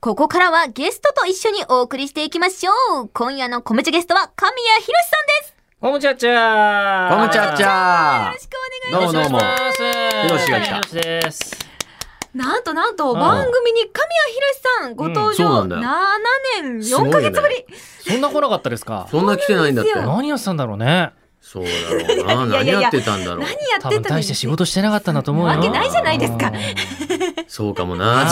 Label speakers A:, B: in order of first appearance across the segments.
A: ここからはゲストと一緒にお送りしていきましょう。今夜のコメチゲストは神谷博さんです。
B: ゴムチャッチャー
C: ゴムチャッチ
A: よ
C: ャ
A: ろしくお
C: ど
A: 願いし
C: うもどうも
B: ヒ
C: ロシが来た
B: ヒロシです。
A: ます。なんとなんと番組に神谷博さんご登場
C: うんそうなんだよ
A: 7年
C: すごい
A: 4
C: ね
A: ヶ月ぶり。
B: そんな来なかったですか
C: ー。そんな来てないんだって。
A: そうな
B: 何やってたんだろうね。
C: そうだろうな。
A: いやいやい
C: 何
A: や
C: やってたんだろ
A: 何
C: う
A: や。
B: 多
A: って
B: 分
A: たの
B: 大して仕事してなかったんだと思うよ。
A: わけないじゃないですか
B: うん。
C: そうか もな。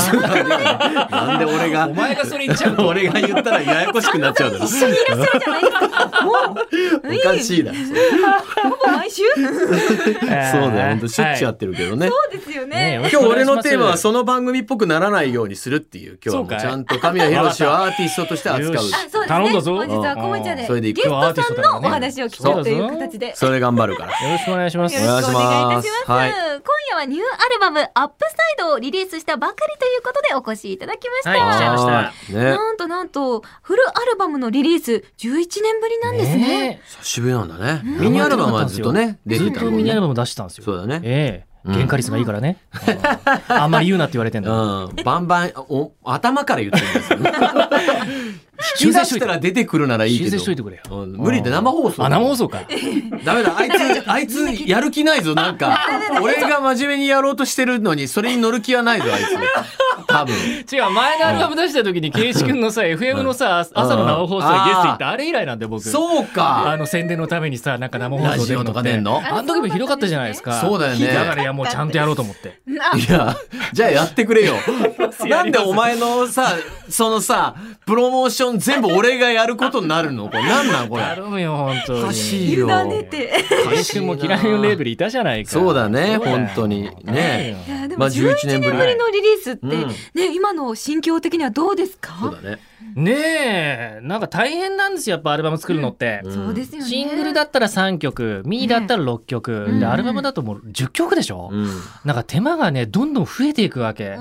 C: なんで俺が。お前がそれ言っちゃう。俺が 言ったらややこしくなっちゃうだろ。
A: 一緒にいらっしゃるじゃないですか。もう、
C: おかしいだろ。そう
A: ほぼ毎週そう
C: だよ。ほんとしょっちゅうや
B: は
C: ってるけどね。
A: ですよ
B: いね
A: ね。
B: よろしく
C: 今日
B: お願
C: 俺
B: いします
C: のテーマはその番組っぽくならないようにするっていう今日はもうちゃんと神谷博士をアーティストとして扱
B: そう
C: う
B: かい
A: あそうですね。
B: 頼んだぞ
A: 本日はコメチャで
C: うんそれで
A: ゲ
C: 行
A: ス
C: く
A: トさんのお話を聞くという形で。
C: それ頑張るから
B: よろしくお願いしま
A: よ
B: す。
A: ろしくお願いいたします。
C: はい
A: 今夜はニューアルバム「アップサイド」をリリースしたばかりということでお越しいただきました。
B: はい来ちゃいました
C: はいね
A: なんとなんとフルアルバムのリリース11年ぶりなんですね。
B: え。
C: 久しぶりなんだねミニアルバムはずっとね出
B: ず
C: て
B: ったと
C: もん
B: ミニア
C: ね
B: ルバム出してたんですよ。
C: そうだね
B: ええ。
C: うん
B: 原価率がいいからね。あんまり言うなって言われてんだ。
C: うん、バンバンお頭から言ってるんですよ、ね。 引き出したら出てくるならいいけ
B: 修
C: ど。
B: 正しといてくれよ。
C: うん無理で生放送。
B: あ、生放。送か。
C: ダメだ。あいつあいつやる気ないぞなんか。俺が真面目にやろうとしてるのにそれに乗る気はないぞあいつ。多分。
B: 違う前のアルバム出した時に圭一君のさ FM のさ朝の生放送にゲスト行ったあれ以来なんで僕
C: そう
B: あ
C: か。
B: の宣伝のためにさなんか生放
C: ラ
B: 送
C: ジ
B: 出
C: オ
B: る
C: と
B: の
C: か
B: っ
C: 出
B: て
C: んの？
B: あの時もひどかったじゃないですか
C: そうだよね
B: だからいやもうちゃんとやろうと思って
A: あ
C: いや、じゃあやってくれ よ。なんでお前のさ、そのさ、プロモーション全部俺がやることになるのこれなんなんこれ。
B: 頼むよ本当に
C: おかしい
A: 委
C: よ。
A: ねて。
B: 圭一君も嫌いのレーベルいたじゃないか
C: そうだね
B: そうよ
C: 本当にね
A: いやで
C: ま
A: も
C: あ
A: 11
C: 11
A: 年
C: 年
A: ぶ
C: ぶ
A: り
C: り
A: のリリースって、
C: うん
A: ね今の心境的にはどうですか？
C: そうだね。
B: ねえなんか大変なんですよやっぱアルバム作るのって
C: うん
A: そうですよね。
B: シングルだったら3曲ミニだったら6曲
A: うん
B: でアルバムだともう10曲でしょ
C: うん。
B: なんか手間がねどんどん増えていくわけ
A: う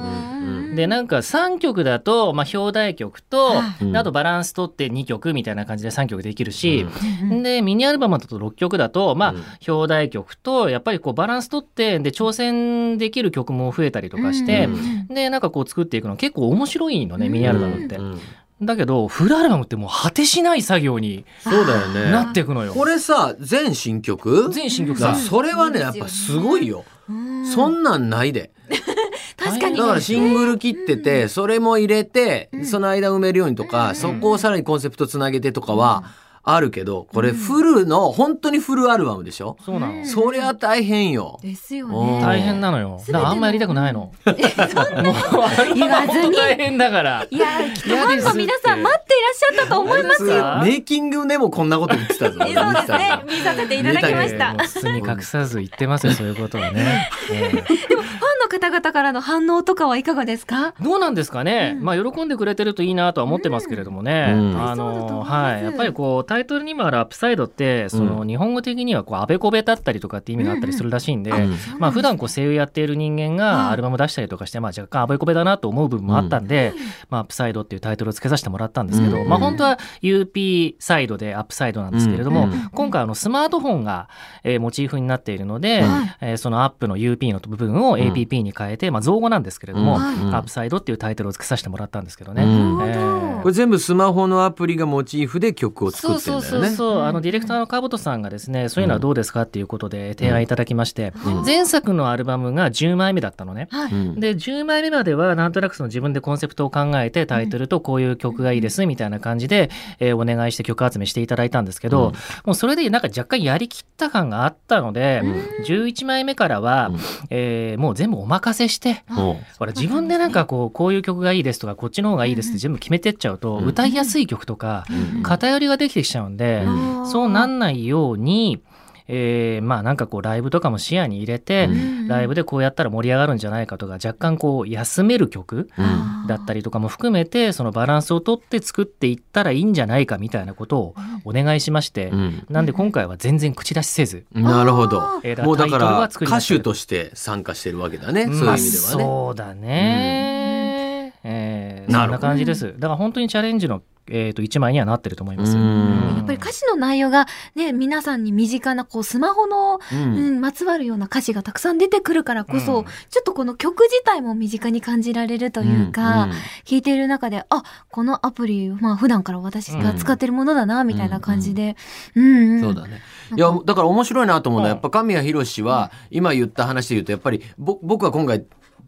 A: ん
B: でなんか3曲だと、まあ、表題曲と、
A: はい
C: うん
B: あとバランス取って2曲みたいな感じで3曲できるし、
A: うん
B: でミニアルバムだと6曲だと、まあ
C: うん
B: 表題曲とやっぱりこうバランス取ってで挑戦できる曲も増えたりとかして
A: う、ん
B: でなんかこう作っていくの結構面白いのね
A: うん
B: ミニアルバムって。
C: うんうん
B: だけどフルアルバムってもう果てしない作業に
C: そうだよね。
B: なっていくのよ。
C: これさ全新曲
B: 全新曲
C: だ
B: さ
A: うん
C: それはねやっぱすごいよ、
A: うん
C: そんなんないで
A: 確か
B: う
A: に
C: だからシングル切ってて、それも入れて、
A: うん
C: その間埋めるようにとか、
A: うん
C: そこをさらにコンセプトつなげてとかはあるけどこれフルの本当にフルアルバムでしょ、
B: そうなの、
A: うん
C: そりゃ大変よ、
A: ですよ
C: うん
A: ね。
B: 大変なのよ
A: 全て
B: だ
A: の
B: からあんまやりたくないの。
A: えそんな言わず
B: 本当
A: に。
B: 大変だから。
A: いやー、きっとファンの皆さん待っていらっしゃったと思いますよ。
C: あいつメイキングでもこんなこと言ってたぞ
A: えそうですね。
C: 見て
A: 見させていただきまし
B: え
A: た。
B: え
A: フ
B: もう包み隠さず言ってますよ、そういうこと はね。ええ
A: ァンの方々からの反応とかはいかがですか？
B: どうなんですかね、
A: うん
B: まあ喜んでくれてるといいなとは思ってますけれどもね、
C: うん
B: あ
A: そうだと思
B: の
A: います
B: はいやっぱりこうタイトルにもあるアップサイドってその、
C: う
B: 日本語的にはこうあべこべだったりとかって意味があったりするらしいんで、
C: た、うん
B: まあ普段こう声優やっている人間が
A: はい
B: アルバム出したりとかして、まあ、若干あべこべだなと思う部分もあったんで、
A: うん
B: まあ、アップサイドっていうタイトルを付けさせてもらったんですけど、
C: うん
B: まあ本当は UP サイドでアップサイドなんですけれども、
C: うん
B: 今回あのスマートフォンが、えーモチーフになっているので、
A: はい
B: えーそのアップの UP の部分を APP に変えて、まあ、造語なんですけれども、
A: うん
B: アップサイドっていうタイトルを付けさせてもらったんですけどね。
C: うん
B: えー
C: これ全部スマホのアプリがモチーフで曲を作
B: そう
C: って
B: そ
C: ん
B: う
C: だ
B: そ
C: よ
B: う
C: ね。
B: そう、あのディレクターの兜さんがですねそういうのはどうですかっていうことで提案いただきまして、
C: うん
B: 前作のアルバムが10枚目だったのね、
A: はい。
C: うん
B: で10枚目まではなんとなくその自分でコンセプトを考えてタイトルとこういう曲がいいですみたいな感じで、えーお願いして曲集めしていただいたんですけど、
C: うん
B: もうそれでなんか若干やりきった感があったので、
C: う
B: 11枚目からは、
C: うん
B: えーもう全部お任せして。
C: うん
B: ほら自分でなんかこうこういう曲がいいですとかこっちの方がいいですって全部決めてっちゃうと、
C: うん
B: 歌いやすい曲とか
C: うん
B: 偏りができてきちゃうんで、
C: うん
B: そうなんんないように、えーまあなんかこうライブとかも視野に入れて、
C: うん
B: ライブでこうやったら盛り上がるんじゃないかとか若干こう休める曲
C: うん
B: だったりとかも含めてそのバランスをとって作っていったらいいんじゃないかみたいなことをお願いしまして、
C: うん
B: なんで今回は全然口出しせず、
C: なるほど。
B: えー
C: もうだか
B: タイトル
C: ら
B: は作りま
C: 歌
B: したけ
C: 手
B: ど
C: として参加してるわけだね。そういう
B: ま
C: 意
B: あ
C: 味ではね。
B: そうだね、えー
C: な
B: そ
C: るほど
B: んな感じですだから本当にチャレンジのえー、と一枚にはなってると思います。
C: うん
A: やっぱり歌詞の内容がね、皆さんに身近なこうスマホの、
C: う
A: うんん、まつわるような歌詞がたくさん出てくるからこそ、
B: うん
A: ちょっとこの曲自体も身近に感じられるというか、
C: ん
A: 聞いている中で、あ、このアプリ、まあ普段から私が使ってるものだな、みたいな感じで。うん、うん
C: そうだね。いや、だから面白いなと思うのは、やっぱ神谷博は、今言った話で言うと、やっぱり、ぼ僕は今回、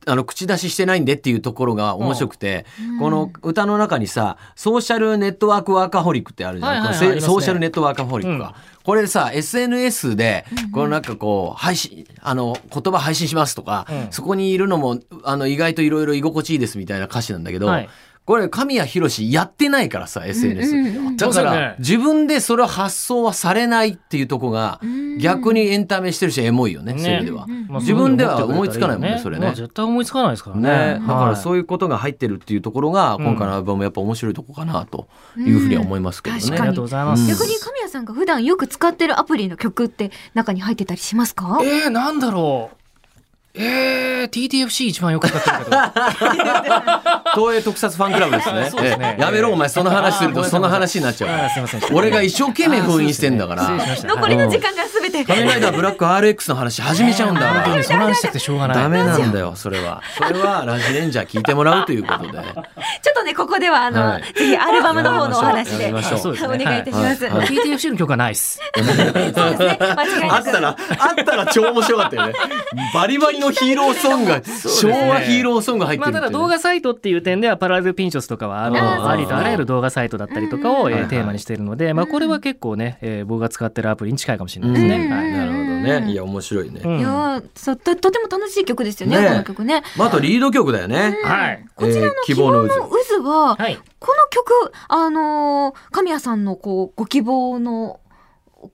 C: あの、口出ししてないんでっていうところが面白くて、
A: うん
C: この歌の中にさ、ソーシャルネットワークワーカホリックってあるじゃん。
B: はいはいはい
C: このせ
B: ありますね
C: ソーシャルネットワーカホリックか。これさ、SNS で、このなんかこう、配信、あの、言葉配信しますとか、
B: うん
C: そこにいるのも、あの、意外といろいろ居心地いいですみたいな歌詞なんだけど、
B: はい
C: これ神谷博やってないからさ SNS、
A: うんうんうん
C: だか
B: そうですよ
C: ら
B: ね
C: 自分でそれを発想はされないっていうとこが
A: うん
C: 逆にエンタメしてるしエモいよね
B: ね
C: そういう意味では、
A: うんうん
B: まあ
C: 自分では思いつかないもんねそれね
B: まあ絶対思いつかないですからね。
C: ね、だから
B: う
C: そういうことが入ってるっていうところが今回のアルバムやっぱ面白いとこかなというふうには思いますけどね、
A: うん確か
B: あ
A: に
B: りがとうございます。
A: 逆に神谷さんが普段よく使ってるアプリの曲って中に入ってたりしますか
B: えー、なんだろう。えー、TTFC 一番良かったけど。
C: 東映特撮ファンクラブです ね
B: そうですね
C: ええやめろお前その話するとその話になっち
B: あー
C: ゃう
B: すいません。
C: 俺が一生懸命封印してんだから
B: あーそうですね失礼しました
A: 残りの時間が全て。
C: 仮面ライダーブラック RX の話始めちゃうんだか
B: 本当
C: ら
B: にその話したくてしょうがない。
C: ダメなんだよ、それは。それはラジレンジャー聞いてもらうということで。は
A: ちょっとね、ここではあの、
C: はい
A: ぜひアルバムの方のお話
C: や
A: で。
C: りましょう
B: あそうです
A: お
B: ね
A: 願いいたします。
C: はいは
B: TTFC の曲はないっす。
A: そうですね。間違い
C: あ
A: な
C: っ
A: く。
C: たら、あったら超面白かったよね。バリバリのヒーローソングが、
B: す
C: 昭
B: ね
C: 和ヒーローソングが入って
B: ま
C: る
B: あ
C: って
B: た
C: いうね
B: だ動画サイトっていう点ではパラレルピンチョスとかはあ
A: ー
C: あ
B: のありとあらゆる動画サイトだったりとかを
C: うん
B: え
C: はいは
B: ー
C: い
B: テーマにしているので、まあこれは結構ね、えー僕が使ってるアプリに近いかもしれないです
A: うん
B: ね。はい
C: なるほどね。いや、面白いね。
B: うん
A: いやーそうととても楽しい曲ですよね
C: ねえ
A: この曲ね。
C: まあ、あとリード曲だよね。
B: はい。
A: こちらの
C: えー
A: 希望の
C: 希
A: 渦
C: 望の
A: は、
B: はい。
A: この曲、あのー神谷さんのこうご希望の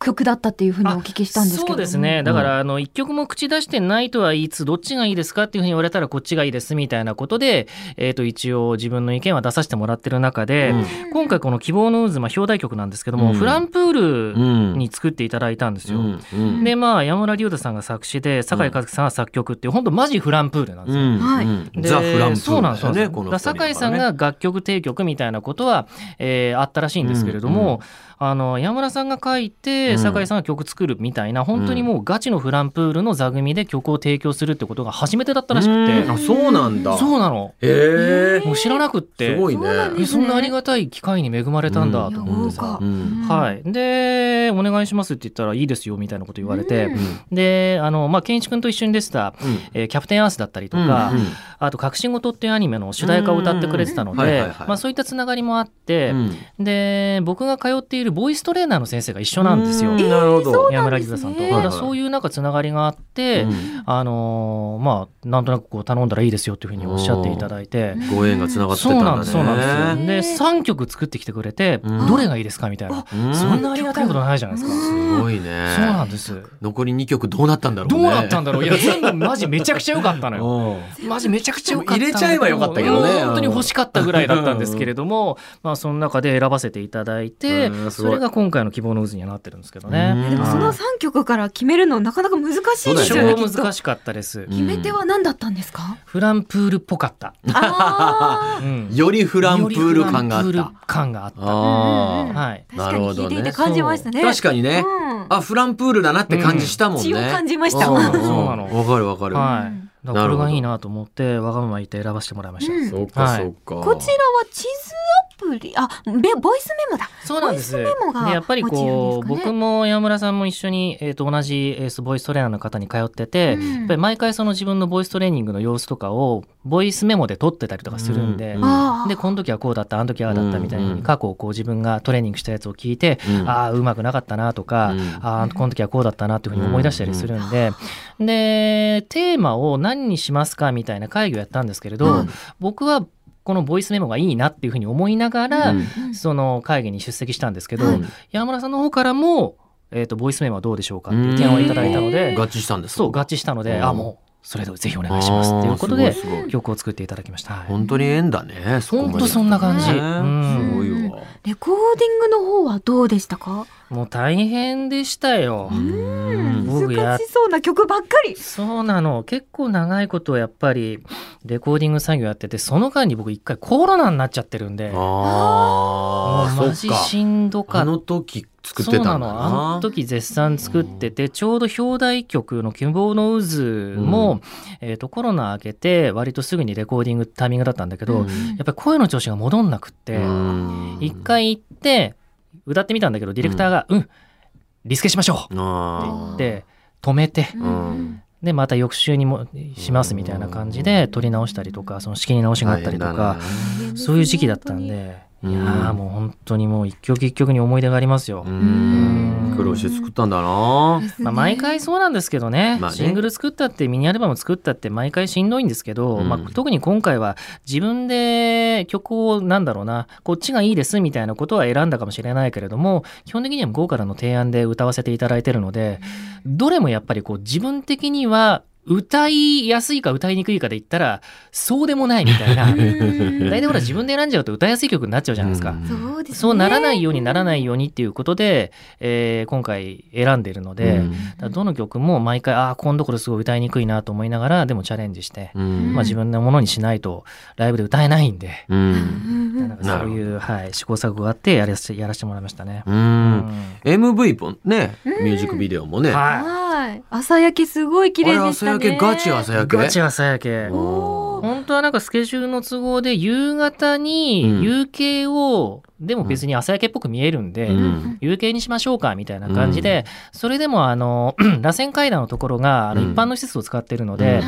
A: 曲だったっていうふうにお聞きしたんですけれども。
B: そうですね。だから、あの、一曲も口出してないとは言いつつ、どっちがいいですかっていうふうに言われたら、こっちがいいですみたいなことで、えっ、と、一応自分の意見は出させてもらってる中で、
C: うん
B: 今回この希望の渦、まあ、表題曲なんですけども、
C: うん
B: フランプ
C: う
B: ール
C: ん。
B: に作っていただいたんです
C: う
B: よ。
C: ん。うん
B: で、まあ、山村龍太さんが作詞で、酒井和樹さんが作曲っていう、本当マジフランプールなんですよ
C: う。ん
A: はい
C: うん
B: で
C: ザ・フランプ
B: そうなんです
C: ー
B: よ
C: ルだよ
B: だ
C: ね、こ
B: か
C: の
B: ら
C: 二人だから
B: 酒
C: ね
B: 井さんが楽曲提供みたいなことは、えーあったらしいんですけれども、あの山村さんが書いて、
C: うん
B: 酒井さんが曲作るみたいな本当にもうガチのフランプールの座組で曲を提供するってことが初めてだったらしく
C: うんあ、
B: て、
C: そうなんだ。
B: そうなの
C: へえ。
B: もう知らなくって
C: すごいね。
A: そうなんで
B: え
A: す
B: そんなありがたい機会に恵まれたんだと思って
A: いや豪
B: さ
A: 華。
C: うん
B: はい、でお願いしますって言ったらいいですよみたいなこと言われて、
A: うん
B: であの、まあ、健一君と一緒に出てた、
C: うん
B: えーキャプテンアース」だったりとか、
C: うん
B: あと「隠し事」っていうアニメの主題歌を歌ってくれてたの
C: うんうんうんはい
B: で
C: はいはい
B: まあそういったつながりもあって
C: う、ん
B: で僕が通っているボイストレーナーの先生が一緒なんですよ
C: う。なるほど。
B: 山村ギザさんと、
A: そうなんですね
B: だからそういうなんかつながりがあって、
C: うん
B: あのーまあなんとなくこう頼んだらいいですよっていうふうにおっしゃっていただいて、
C: ご縁が繋がってた
B: そ
C: んだ
B: うな
C: ね。
B: んですそうなん
A: ね
B: ですよ。で3曲作ってきてくれて、
C: うん
B: どれがいいですかみたいな、
C: うん
B: そんなありがたいことないじゃないですか。
C: すごいね。
B: そうなんです。
C: 残り2曲どうなったんだろうね。
B: どうなったん
C: だ
B: だろういや全部マジめちゃくちゃ良かったのよ。
C: ろ
B: マジめちゃくちゃ良かったんだ
C: 入れちゃえばよかったけどね
B: うん本当に欲しかったぐらいだったんですけれどもまあその中で選ばせていただいて
C: うんす
B: そ
C: ごい
B: れが今回の希望の渦にはなってるんですけど
C: うん
B: ね。
A: でもその三曲から決めるのなかなか難しいですよね。
C: そうだよ
B: 超
A: きっと
B: 難しかったです。
A: 決め手は何だったんですか？
B: フランプールっぽかった。
A: あ
B: うん
C: よりフランプール感があっ
B: よりフランプ
C: た
B: ー。ル感があった。
A: あ
C: あ
B: はい。
A: あ、確
C: な
A: か
C: る
A: に
C: ほ
A: 聞
C: ど
A: いてい
C: ね
A: て感じましたね。
C: あ。確かにね。
A: うん
C: あ、フランプールだなって感じしたもんね。
A: うん血を感じました
C: うんうん
B: そうなの
C: わかるわかる。
B: はい。だからこ
C: なる
B: れ
C: ほど
B: がいいなと思ってわがまま言って選ばせてもらいました。
A: うん
C: そっか
B: はい
C: そっか。
A: こちらは地図アプリ、あ、べボイスメモだ。
B: そうなんです。
A: ボイスメモが
B: やっぱりこう、
A: もちろんですかね
B: 僕も山村さんも一緒に、えー、と同じ、えー、ボイストレーナーの方に通ってて、
A: うん
B: やっぱり毎回その自分のボイストレーニングの様子とかをボイスメモで撮ってたりとかするんで、
C: うん
A: ああ。
B: でこの時はこうだったあの時はああだったみたいに、
C: うん
B: 過去をこう自分がトレーニングしたやつを聞いて、
C: うん
B: ああうまくなかったなとか、
C: うん
B: ああこの時はこうだったなっていうふうに思い出したりするんで、でテーマを何にしますかみたいな会議をやったんですけれど、
C: うん
B: 僕はこのボイスメモがいいなっていうふうに思いながら、
C: うん
A: うん
B: その会議に出席したんですけど、
C: うん
B: 山村さんの方からも、えー、とボイスメモはどうでしょうかっていう提案をいただいたので、
C: 合致したんですか
B: そう合致したので、
C: うん
B: あもうそれでぜひお願いしますっていうこと
C: あー
B: です
C: ごいすごい
B: 曲を作っていただきました。はい
C: 本当に縁だね。そこまで
B: 本当そんな感じ。
C: ね
B: うん
C: すごいわ。
A: レコーディングの方はどうでしたか
B: もう大変でしたよ。
A: うん
B: 僕や
A: 難しそうな曲ばっかり
B: そうなの結構長いことやっぱりレコーディング作業やっててその間に僕一回コロナになっちゃってるんでもう
C: ああ、
B: マ
C: そ
B: ジ
C: っか。
B: しんどか
C: あ
B: った
C: の時作ってたんだ
B: そうな
C: な。
B: のあの時絶賛作っててちょうど表題曲の「希望の渦も」えーとコロナ明けて割とすぐにレコーディングタイミングだったんだけど、
C: うん
B: やっぱり声の調子が戻んなくって
C: うん
B: 一、回行って歌ってみたんだけどディレクターが「うん、リスケしましょう!」
C: あ
B: っ
C: ー
B: て止めて
A: う
C: うん
B: でまた翌週にもしますみたいな感じで撮り直したりとかその仕切り直しがあったりとか、そういう時期だったんでい
C: うん
B: やーもう本当にもう一曲一曲に思い出がありますよ
C: 大変だねう。ん
B: うん
C: 苦労して作ったんだな。
B: まあ、毎回そうなんですけどね,、
C: まあね
B: シングル作ったってミニアルバム作ったって毎回しんどいんですけど、
C: うん
B: まあ、特に今回は自分で曲をなんだろうなこっちがいいですみたいなことは選んだかもしれないけれども基本的には向こうからの提案で歌わせていただいてるのでどれもやっぱりこう自分的には歌いやすいか歌いにくいかで言ったらそうでもないみたい な
A: うん
B: 大体ほら自分で選んじゃうと歌いやすい曲になっちゃうじゃないですか。
C: うん
A: そうですね
B: そうならないようにならないようにっていうことで、えー今回選んでるので、
C: うん
B: だからどの曲も毎回ああ今度これすごい歌いにくいなと思いながらでもチャレンジして、
C: うん
B: まあ、自分のものにしないとライブで歌えないんで、
C: う。
A: うんんうん
B: なんかそういう、はい、試行錯誤があってやらせてやらせてもらいましたね。
C: う。
B: うんん
C: MV もね、
A: うん
C: ミュージックビデオもね。あ
B: は
A: はい朝焼けすごい綺
C: れ
A: 麗でし
C: 朝
A: たね
C: 焼け、ガチ朝
B: い、
C: 焼け。
B: ガチ朝焼け
C: お
A: おー
B: 本当はなんかスケジュールの都合で夕方
C: うん
B: に夕景を、でも別に朝焼けっぽく見えるんで、
C: うん
B: 有形にしましょうかみたいな感じで、それでもあの 螺旋階段のところがあの
C: うん
B: 一般の施設を使ってるの
C: うん
B: で、
A: はい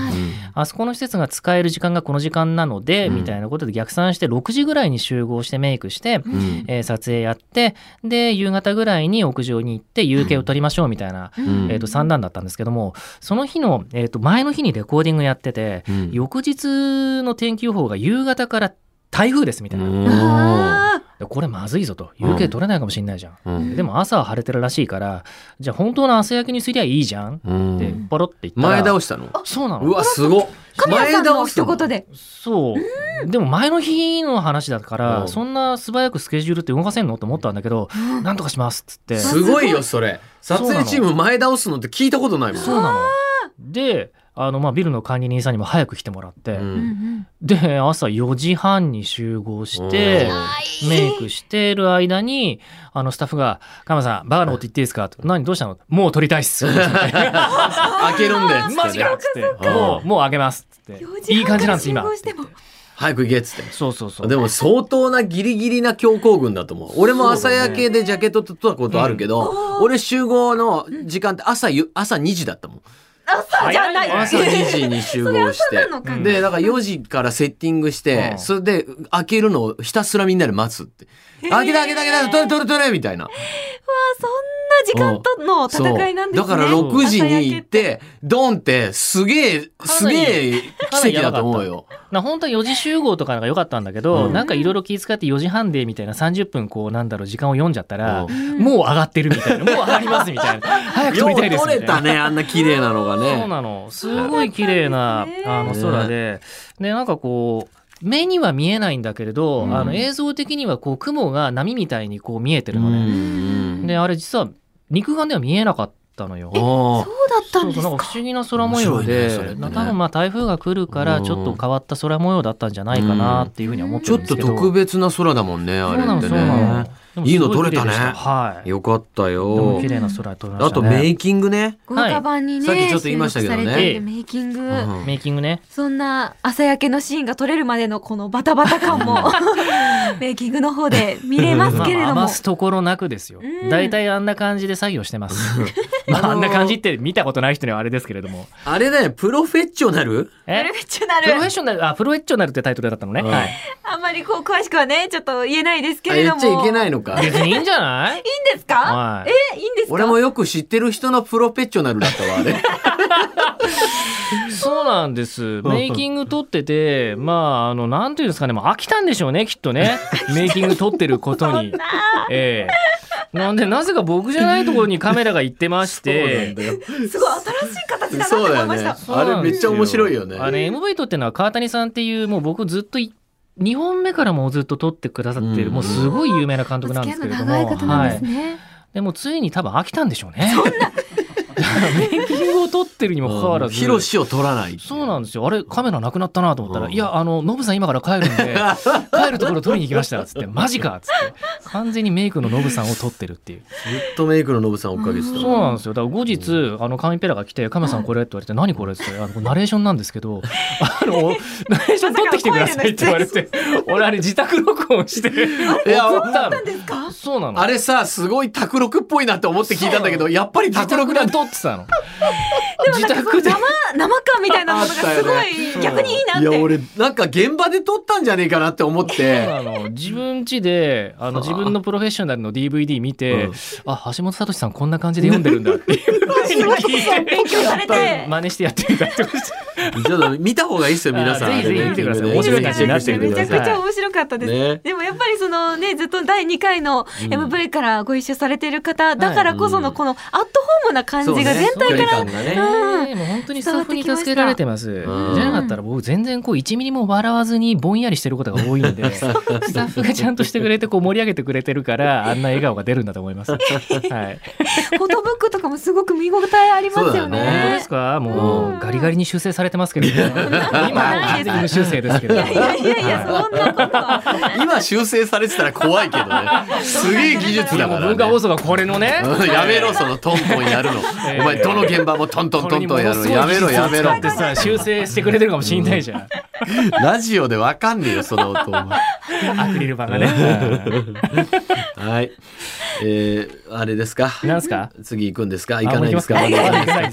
B: あそこの施設が使える時間がこの時間なので、
C: うん
B: みたいなことで逆算して6時ぐらいに集合してメイクして、
C: うんうん
B: えー撮影やってで夕方ぐらいに屋上に行って夕景を撮りましょうみたいな、
C: うん
B: えー、と三段だったんですけどもその日の、えー、と前の日にレコーディングやってて
C: うん
B: 翌日の天気予報が夕方から台風ですみたいな、
C: うん
A: あ
B: でこれまずいぞと夕景撮れないかもしれないじゃん。
C: うん
B: でも朝は晴れてるらしいからじゃあ本当の朝焼けにすりゃいいじゃんっ
C: うん
B: てポロって言ったら
C: 前倒したの
B: そうなの
C: うわすごっ
A: ー神谷さんの一言
C: 前倒し
A: で
B: そうでも前の日の話だか
C: う
B: ら
C: ん
B: そんな素早くスケジュールって動かせんのと思ったんだけどなんとかしますっつって
C: た
A: そ
C: のすごいよそれ撮
B: そうな
C: 影
B: の
C: チーム前倒すのって聞いたことないもん
B: そうなのであのまあビルの管理人さんにも早く来てもらって、
C: う
A: うんうんん
B: で朝4時半に集合してメイクしてる間にあのスタッフが「カメさんバカなこと言っていいですか?」と「何どうしたのもう撮りたいっす」
C: 開けるんでっつってね
B: マジかっつってもうもうあげますっつっ
A: 四時
B: て
A: 半
B: いい感じなんです今
A: から集合しても
C: 早く行けっつって
B: そうそうそう
C: でも相当なギリギリな強行軍だと思う俺も朝焼けでジャケット撮ったことあるけど、俺集合の時間って朝ゆ朝2時だったもん
A: 朝じゃない
B: 早い
C: 朝2時に集合し
A: それ
C: て
A: 朝なのか
B: な
C: でだから4時からセッティングして、
B: うん
C: それで開けるのをひたすらみんなで待つって「開けた開けた開けた取れ取れ取れ」みたいな
A: そんな時間との戦いなんですね。
C: だから
B: そう
C: 6時に行ってドンってすげえすげえ
B: か
C: 奇
B: なり
C: 跡だと思うよ。
B: な本当は4時集合とかのが良かったんだけど、
C: うん
B: なんかいろいろ気遣って4時半でみたいな30分こうなんだろう時間を読んじゃったら、
C: うん
B: もう上がってるみたいなもう上がりますみた いな早く撮りたいですみたい
C: れ
B: な。
C: たねあんな綺麗なのが
B: そう
C: ね。
B: なのすごい綺麗な、
A: そうだった
B: あ
A: ん
B: の
C: ですね
B: 空で、でなんかこう目には見えないんだけれど、
C: うん
B: あの映像的にはこう雲が波みたいにこう見えてるの
C: う
B: ね、
C: ん
B: であれ実は肉眼では見えなかったのよ。
C: おー
A: そうだったん
B: そう
A: です
B: そうなん
A: か
B: か。不思議な空模様で
C: 面白いねそれってね
B: 多分まあ台風が来るからちょっと変わった空模様だったんじゃないかなっていうふうには思って
C: ちょ
B: るん
C: っ
B: です
C: と
B: けど、
C: 特別な空だもんねあ
B: そうな
C: れっ
B: の
C: て
B: そうな
C: ね。
B: の
C: いいの撮れたね
B: でもすごい綺麗でしたはい
C: よかっ
B: とて
C: た
B: も
C: よ
B: 綺。麗な空撮れま
C: あ
B: した
C: と
B: ね
C: メイキングね。
A: 豪華版にね、
C: さっきちょっと言いましたけどね
A: 収録されているメイキング、
C: うん
B: メイキングね
A: そんな朝焼けのシーンが撮れるまでのこのバタバタ感 もメイキングの方で見れますけれ
B: まあ
A: ども、
B: 余すところなくですよ
A: うん
B: 大体あんな感じで作業してますまああんな感じって見たことない人にはあれですけれども
C: あれだよプロフェッショナル？
A: プ
B: え
A: ロフェッショナ
B: プロフェッ
A: ル
B: ショナルあプロフェッショナルってタイトルだったのね、
C: うん
B: はい
A: あんまりこう詳しくはねちょっと言えないですけ
C: あ
A: れ
C: 言
A: ど
C: っ
A: も
C: ちゃいけ
A: い
C: ない のか。
B: 別にいいんじゃな
A: い
B: い
A: んですか
B: はい
A: えいいんですか
C: 俺もよく知ってる人のプロフェッショナルだったわ あれ。
B: そうなんですメイキング撮っててまああのなんていうんですかねもう飽きたんでしょうねきっと ねメイキング撮ってることにええなんでなぜか僕じゃないところにカメラが行ってまして
C: だよ。
A: すごい新しい形だなって
C: そうだ
A: 思い
C: よ
A: まし
C: ね
A: た。
C: あれめっちゃ面白いよね。
B: あれ MV 撮ってるのは川谷さんっていうもう僕ずっとい2本目からもずっと撮ってくださっている、
C: うん
B: もうすごい有名な監
A: お
B: 督なん
A: 付き合い
B: です
A: の
B: けれども
A: 長い方なんです
B: はい、
A: ね。
B: でもついに多分飽きたんでしょうね。 メイキングを撮ってるにもかかわらず、
C: ヒロシを取らない。
B: そうなんですよあれカメラなくなったなと思ったら「
C: うん
B: いやあのノブさん今から帰るんで帰るところ撮りに行きました」っつって「マジか」っつって完全にメイクのノブさんを撮ってるっていう
C: ずっとメイクのノブさん追っかけてた。
B: そうなんですよだから後日あのカミペラが来て「カメさんこれ」って言われて「何これ」っつって「あのこれナレーションなんですけどあのナレーション撮ってきてください」って言われて俺あれ自宅録音して
C: いや
B: 送ったの
A: なんですか。
B: そうなの
C: あれさ、すごい卓録っぽいなって思って聞いたんだけど、やっぱり卓
B: 自
C: 録
B: 宅
C: だ
B: で
C: と。
B: 撮ってたの
A: でも
B: 自
A: なんかそ
B: 宅
A: の
B: で
A: 生生感みたいなものがすご
C: あった
A: い
C: よね
A: 逆にいいなっ
C: いや、
A: て。
C: 俺、なんか現場で撮ったんじゃねえかなって思っ
B: そう
C: て。
B: なの自分家であの
C: はあ
B: 自分のプロフェッショナルの DVD 見て、
C: うん
B: あ橋本聡さんこんな感じで読んでるんだって いうのを聞いて
A: 勉強されて。
B: 真似してやってみたりとかして
C: ちょっと見た方がいいですよ、皆さん。
B: あぜひぜひ見てください
C: ね
B: 面白い感じになってるんで
A: めちゃくちゃ面白かったです。
C: ね
A: でもやっぱりそのねずっと第2回の MV からご一緒されている方だからこそのこのアットホームな感じが全体から
C: そうね距離感が
A: う
C: ね
A: ん
B: ねもう本当にスタッフに助けられてます。じ
C: うん
B: ゃなかったら僕全然こう1ミリも笑わずにぼんやりしてることが多いん で、スタッフがちゃんとしてくれてこう盛り上げてくれてるからあんな笑顔が出るんだと思います。はい。
A: フォトブックとかもすごく見応えありますよね。
C: そうだね
B: 本当ですか？も
A: うん
B: うガリガリに修正されてますけど、ね、今完全に無修正ですけど。
A: いやいやいやいやそんなことは。
C: 今修正されてたら怖いけどね。すげえ技術
B: いや
C: だ
B: も
C: か
B: う
C: ら、
B: 文化
C: ね
B: 放。送がこれのね。
C: うん やめろそのトントンやるの。
B: ええ
C: お前どの現場もトントントントンやるの。やめろやめ
B: だ
C: ろ
B: っ。てさ修正してくれてるかもしんないじゃん。
C: ラジオでわかんねえよその音。お前
B: アクリル板がね。
C: はい。えー、あれですか。
B: なんすか？
C: 次行くんですか。行かないですか。
B: あもう行きますか
C: まだ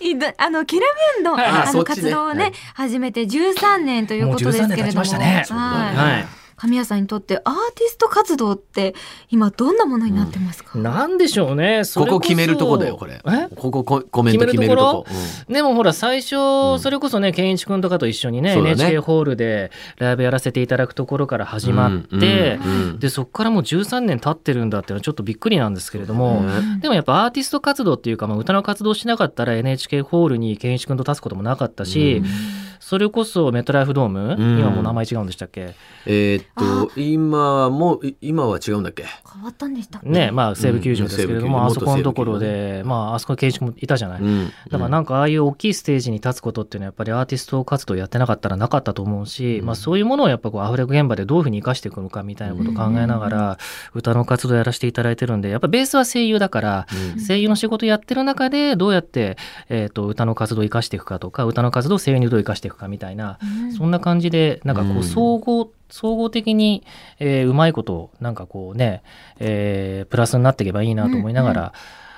A: いだあのキラビュンの,、
B: はい
A: あ
C: あそ
A: の
C: っちね
A: 活動をね、
C: はい
A: 始めて13年ということですけれども
B: もう13年経ちましたね
A: はい
B: はい。
A: 神谷さんにとってアーティスト活動って今どんなものになってますか、
B: なんでしょうね。そ
C: こ
B: れそ
C: こ決めるとこだよこれ。
B: え
C: こここコメント決めるとこ。
B: でもほら最
C: ん
B: 初それこそね健一君とかと一緒にね
C: そうだね
B: NHK ホールでライブやらせていただくところから始まって
C: うんうんうん
B: でそこからもう13年経ってるんだっていうのはちょっとびっくりなんですけれども
C: ね
B: でもやっぱアーティスト活動っていうかまあ歌の活動しなかったら NHK ホールに健一君と立つこともなかったし
C: うん
B: それこそメトライフドーム
C: うん
B: 今もう名前違うんでしたっけ
C: えーっと今もい今は違うんだっけ。
A: 変わったんでしたっけ
B: ねまあ西武球場ですけれども
C: うん
B: あ
C: 西
B: そ
C: 武球場
B: このところ
C: 元西
B: でまああそこに健一君もいたじゃない。
C: うん
B: だからなんかああいう大きいステージに立つことっていうのはやっぱりアーティスト活動やってなかったらなかったと思うし、
C: うん
B: まあそういうものをやっぱこうアフレコ現場でどういうふうに生かしていくのかみたいなことを考えながら歌の活動やらせていただいてるんでやっぱベースは声優だから
C: うん
B: 声優の仕事やってる中でどうやって、えー、と歌の活動を生かしていくかとか歌の活動を声優にどう生かしていくかみたいな
A: うん
B: そんな感じでなんか
C: う
B: こ
C: ん
B: う総合、総合的に、えーうまいことをなんかこうね、えープラスになっていけばいいなと思いながら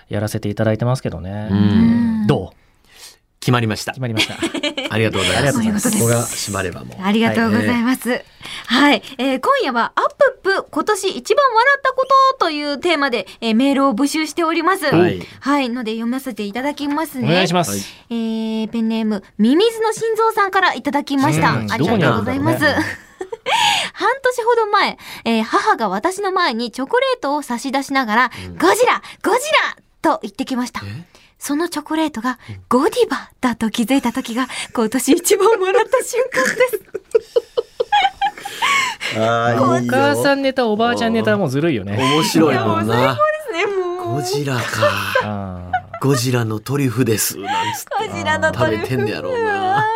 B: やらせていただいてますけどね。
C: うん
B: どう
C: 決まりました
B: 決。まりました。
C: ありがとうご ざいます。
B: ありが
A: とう
C: こ
A: ご
C: こ
A: ざい
C: が
A: ます
C: 閉まればもう。
A: ありがとうございます。はい、えー今夜はアップップ今年一番笑ったことというテーマで、えーメールを募集しております。は
C: はいい、
A: ので読ませていただきます
B: お
A: ね。
B: 願いします。
C: はい
A: えーペンネームミミズの心臓さんからいただきました。
B: うん
A: ありがとうございます。
B: どこにあるんだろう
A: 半年ほど前、えー母が私の前にチョコレートを差し出しながら、ゴジラゴジラと言ってきました。そのチョコレートがゴディバだと気づいた時が今年一番もらった瞬間です。
C: あ
B: お
C: ーいいよ
B: 母さんネタ、おばあちゃんネタもずるいよね。
C: 面白いもん
A: い
C: な。
A: ねもう
C: ゴジラか。
B: あ
C: ゴジラのトリュフです。なんつって。
A: ゴジラのトリュフ
C: 食べてんねやろうな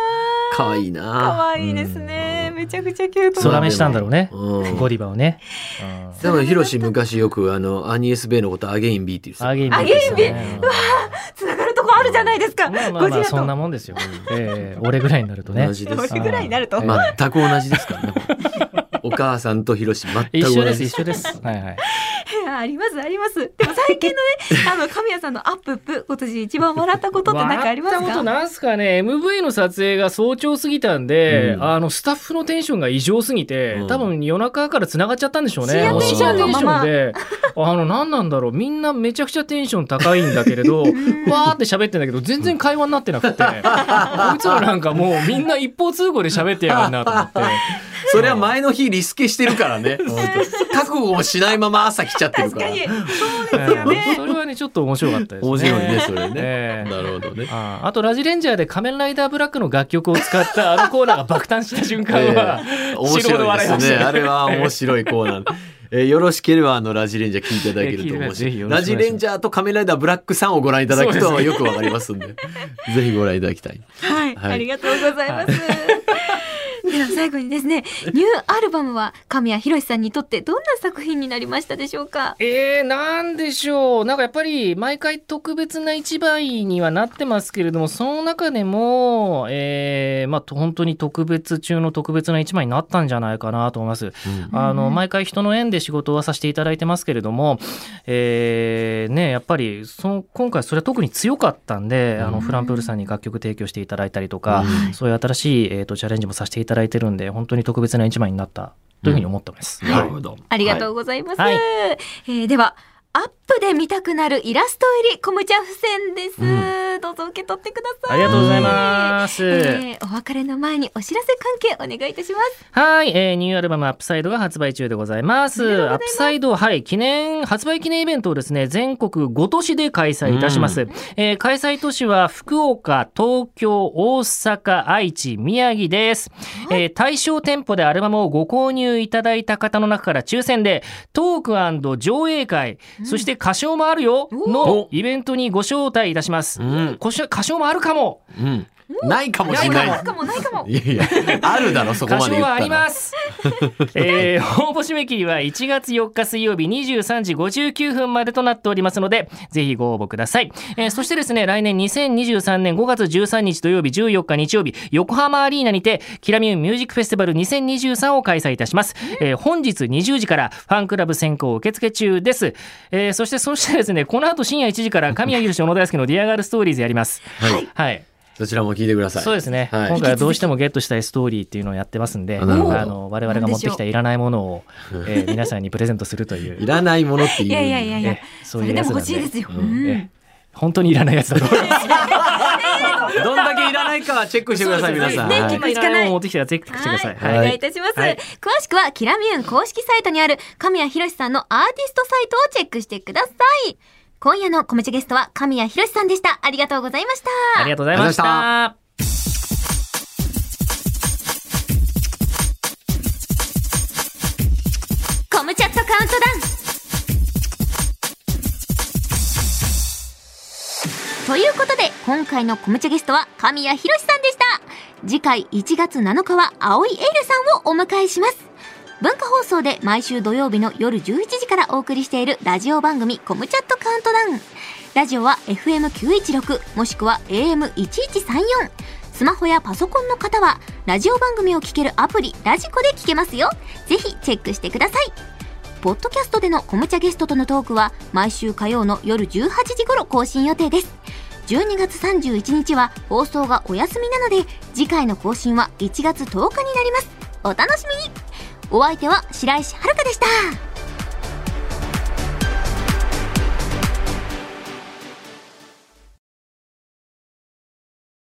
C: 可愛いな。
A: 可愛いですね。めちゃくちゃキュー
B: ー
A: ト。
B: 空目したんだろうね。
C: うん
B: ゴディバをね。
C: でもヒロシ昔よくあのアニエスベイのことアゲインビーって言って
B: ア
C: た。
B: ゲイン
A: アゲインビ
B: ですね
A: つながるとこあるじゃないですか。
B: まあまあ
A: ゴジ
B: まあ
A: ラ
B: そんな
A: と。
B: もんですよ。ええ俺ぐらいになる とね
C: 同。じです。
A: 俺ぐらいになると。
B: あー
A: まあ
C: 全く同じで すからね。お母さんとヒロシ全く
B: 一緒
C: 同
B: で
C: じ
B: す一緒です。はいはい。
A: ありますあります。でも最近のね、あの神谷さんのアップップ今年一番笑ったことって何かあります
B: 笑ったこと
A: か。
B: なんすかね MV の撮影が早朝すぎたんで、
C: うん
B: あのスタッフのテンションが異常すぎて、
C: うん
B: 多分夜中から繋がっちゃったんでしょうね
A: 深
C: 夜テンショ
B: 深夜
C: ンの
B: テン
A: ま
B: シ
A: ま
B: ョンであの何なんだろうみんなめちゃくちゃテンション高いんだけれどわーって喋ってんだけど全然会話になってなくてこいつらなんかもうみんな一方通行で喋ってやがるなと思って
C: それは前の日リスケしてるから ね。覚悟もしないまま朝来ちゃってる
D: 確
C: から
D: か。に。
B: うんそれはねちょっと面白かったですね。
C: 面白いね、それね。
B: ええ
C: なるほどね。
B: ああとラジレンジャーで仮面ライダーブラックの楽曲を使ったあのコーナーが爆誕した瞬間は、
C: ええ
B: 死ぬほど
C: 面白
B: 笑い
C: いで
B: まし
C: す
B: た
C: ね。
B: ね
C: あれは面白いコーナー。えーよろしければあのラジレンジャー聞いていただけると思うし、
B: えー聞いてくだ
C: ラ
B: さい
C: ジレンジャーと仮面ライダーブラックさんをご覧いただく
B: そう
C: と
B: ですね
C: よくわかりますんで、ぜひご覧いただきたい。
A: はい。
C: はい
D: ありがとうございます。
A: では最後にですね、ニューアルバムは神谷博さんにとってどんな作品になりましたでしょうか
B: えー、なんでしょうなんかやっぱり毎回特別な一枚にはなってますけれどもその中でも、えーまあ、と本当に特別中の特別な一枚になったんじゃないかなと思います。あの毎回人の縁で仕事はさせていただいてますけれども、えーね、やっぱりその今回それは特に強かったんで、あのフランプールさんに楽曲提供していただいたりとか、そういう新しい、えー、とチャレンジもさせていただいてるんで本当に特別な一枚になったというふうに思ってます。
C: なるほど。
A: ありがと
C: は
A: うございます。
B: はい
A: えーでは、アップで見たくなるイラスト入りコムチャ付箋です。どうぞ受け取ってくださ
B: あ
A: い。
B: りがとうございます。
A: えーお別れの前にお知らせ関係お願いいたします。
B: はい、えーニューアルバムアップサイドが発売中でございます。アップサイド、はい、記念、発売記念イベントをですね、全国5都市で開催いたします。えー開催都市は福岡、東京、大阪、愛知、宮城です。えー対象店舗でアルバムをご購入いただいた方の中から抽選で、トーク上映会、そして歌唱もあるよのイベントにご招待いたします。
C: うん
B: こし歌唱もあるかも
C: いうんないかもしれ
A: な
C: ないい。
A: かもないかも。
C: いやいや、あるだろ、そこ
B: 歌
C: まで
B: 唱
C: 言っ
B: はあ
C: た
B: り
C: ら
B: ま。 す。えー、応募締め切りは1月4日水曜日23時59分までとなっておりますので、ぜひご応募ください。えーそしてですね、来年2023年5月13日土曜日14日日曜日、横浜アリーナにて、キラミューミュージックフェスティバル2023を開催いたします。えー本日20時からファンクラブ選考受付中です。えーそして、そしてですね、この後深夜1時から神谷宏小野大輔のディアガールストーリーズやります。
C: はい。
B: はい。
C: そちらも聞いてください。
B: そうですね、
C: はい
B: 今回はどうしてもゲットしたいストーリーっていうのをやってますんで、
C: あなるほど
B: あの我々が持ってきたいらないものを、えー皆さんにプレゼントするという
C: いらないものっていう。
A: いやいやいやいや
B: え、
A: そ
B: そうい
A: れ
B: う
A: で
B: や
A: も欲
B: つなん
A: し
B: で
A: いですよ。う
B: え
A: ん
B: ー本当にいらないやつだと思います。
C: どんだけいらないかはチェックして ください、皆さん。
A: ね
C: はい
A: 聞かない
B: ものを持ってきたらチェックしてください。
A: はい、お願いいたします。
B: はい
A: 詳しくは、キラミューン公式サイトにある、神谷博さんのアーティストサイトをチェックしてください。今夜のコムチゲストは、神谷博さんでした。ありがとうございました。
B: ありがとうございまし
C: ありがとうござ
B: た。
A: コムチャットカウントダウンということで今回のコムチャゲストは神谷博さんでした次回1月7日は青井エイルさんをお迎えします文化放送で毎週土曜日の夜11時からお送りしているラジオ番組コムチャットカウントダウンラジオは FM916 もしくは AM1134 スマホやパソコンの方はラジオ番組を聴けるアプリラジコで聴けますよぜひチェックしてくださいポッドキャストでのコムチャゲストとのトークは毎週火曜の夜18時頃更新予定です12月31日は放送がお休みなので次回の更新は1月10日になりますお楽しみにお相手は白石遥でした